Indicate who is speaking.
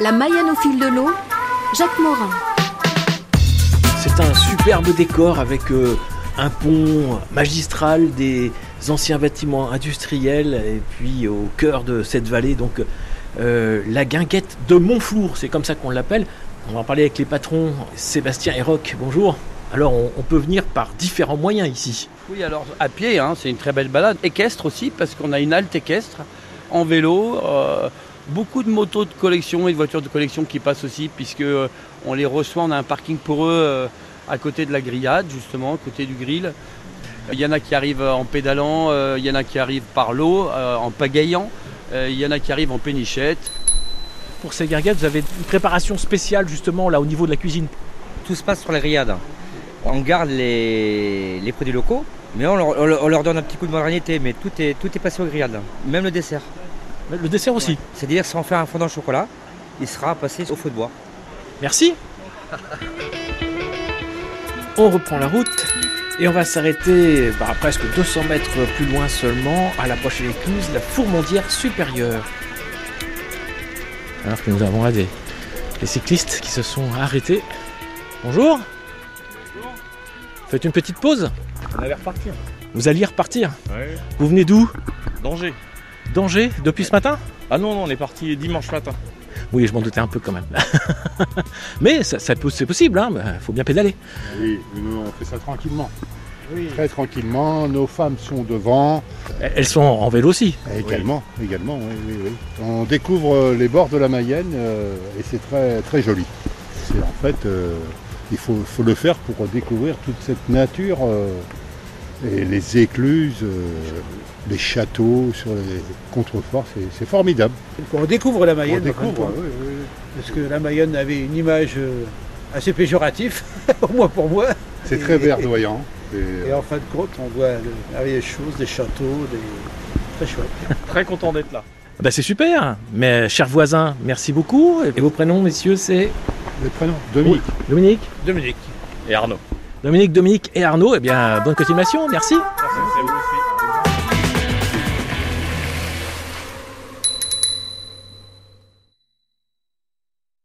Speaker 1: La Mayenne au fil de l'eau, Jacques Morin.
Speaker 2: C'est un superbe décor avec euh, un pont magistral, des anciens bâtiments industriels, et puis au cœur de cette vallée, donc euh, la guinguette de Montflour, c'est comme ça qu'on l'appelle. On va en parler avec les patrons Sébastien et Roch. Bonjour. Alors on, on peut venir par différents moyens ici.
Speaker 3: Oui, alors à pied, hein, c'est une très belle balade. Équestre aussi, parce qu'on a une halte équestre en vélo. euh, beaucoup de motos de collection et de voitures de collection qui passent aussi, puisque euh, on les reçoit. On a un parking pour eux euh, à côté de la grillade, justement, à côté du grill. Il y en a qui arrivent en pédalant, euh, il y en a qui arrivent par l'eau, euh, en pagayant, euh, il y en a qui arrivent en pénichette.
Speaker 2: Pour ces guinguettes, vous avez une préparation spéciale justement là au niveau de la cuisine.
Speaker 4: Tout se passe sur la grillade. On garde les, les produits locaux, mais on leur, on leur- on leur donne un petit coup de modernité, mais tout est, tout est passé aux grillades, même le dessert.
Speaker 2: Le dessert aussi.
Speaker 4: C'est-à-dire, si on fait un fondant au chocolat, il sera passé au feu de bois.
Speaker 2: Merci. On reprend la route et on va s'arrêter bah, à presque 200 mètres plus loin seulement à la prochaine écluse, la Fourmondière supérieure. Alors que nous avons là des, des cyclistes qui se sont arrêtés. Bonjour. Faites une petite pause.
Speaker 5: On hein. allait repartir.
Speaker 2: Vous alliez repartir.
Speaker 5: Ouais.
Speaker 2: Vous venez d'où
Speaker 5: Danger.
Speaker 2: D'Angers depuis ce matin
Speaker 5: Ah non, non, on est parti dimanche matin.
Speaker 2: Oui, je m'en doutais un peu quand même. Mais ça, ça peut- c'est possible, hein. bah, faut bien pédaler.
Speaker 6: Oui, mais nous on fait ça tranquillement. Très tranquillement, nos femmes sont devant,
Speaker 2: Elles sont en vélo aussi.
Speaker 6: et également, également, oui, oui, oui. On découvre euh, les bords de la Mayenne euh, et c'est très, très joli. C'est en fait, euh, il faut, faut le faire pour découvrir toute cette nature euh, et les écluses, euh, les châteaux sur les contreforts, c'est- c'est formidable.
Speaker 7: On découvre la Mayenne.
Speaker 6: On découvre, oui, oui, oui.
Speaker 7: Parce que la Mayenne avait une image euh, assez péjorative, au moins pour moi.
Speaker 6: c'est très verdoyant. Et,
Speaker 7: Et en fin de compte, on voit de merveilleuses choses, des châteaux, des... très chouette.
Speaker 5: Très content d'être là.
Speaker 2: Bah c'est super, mais chers voisins, merci beaucoup. Et vos prénoms, messieurs, c'est
Speaker 6: le prénom, Dominique.
Speaker 2: Dominique
Speaker 5: Et Arnaud.
Speaker 2: Dominique, Dominique et Arnaud. Eh bien, bonne continuation, merci.
Speaker 5: Merci, c'est vous aussi.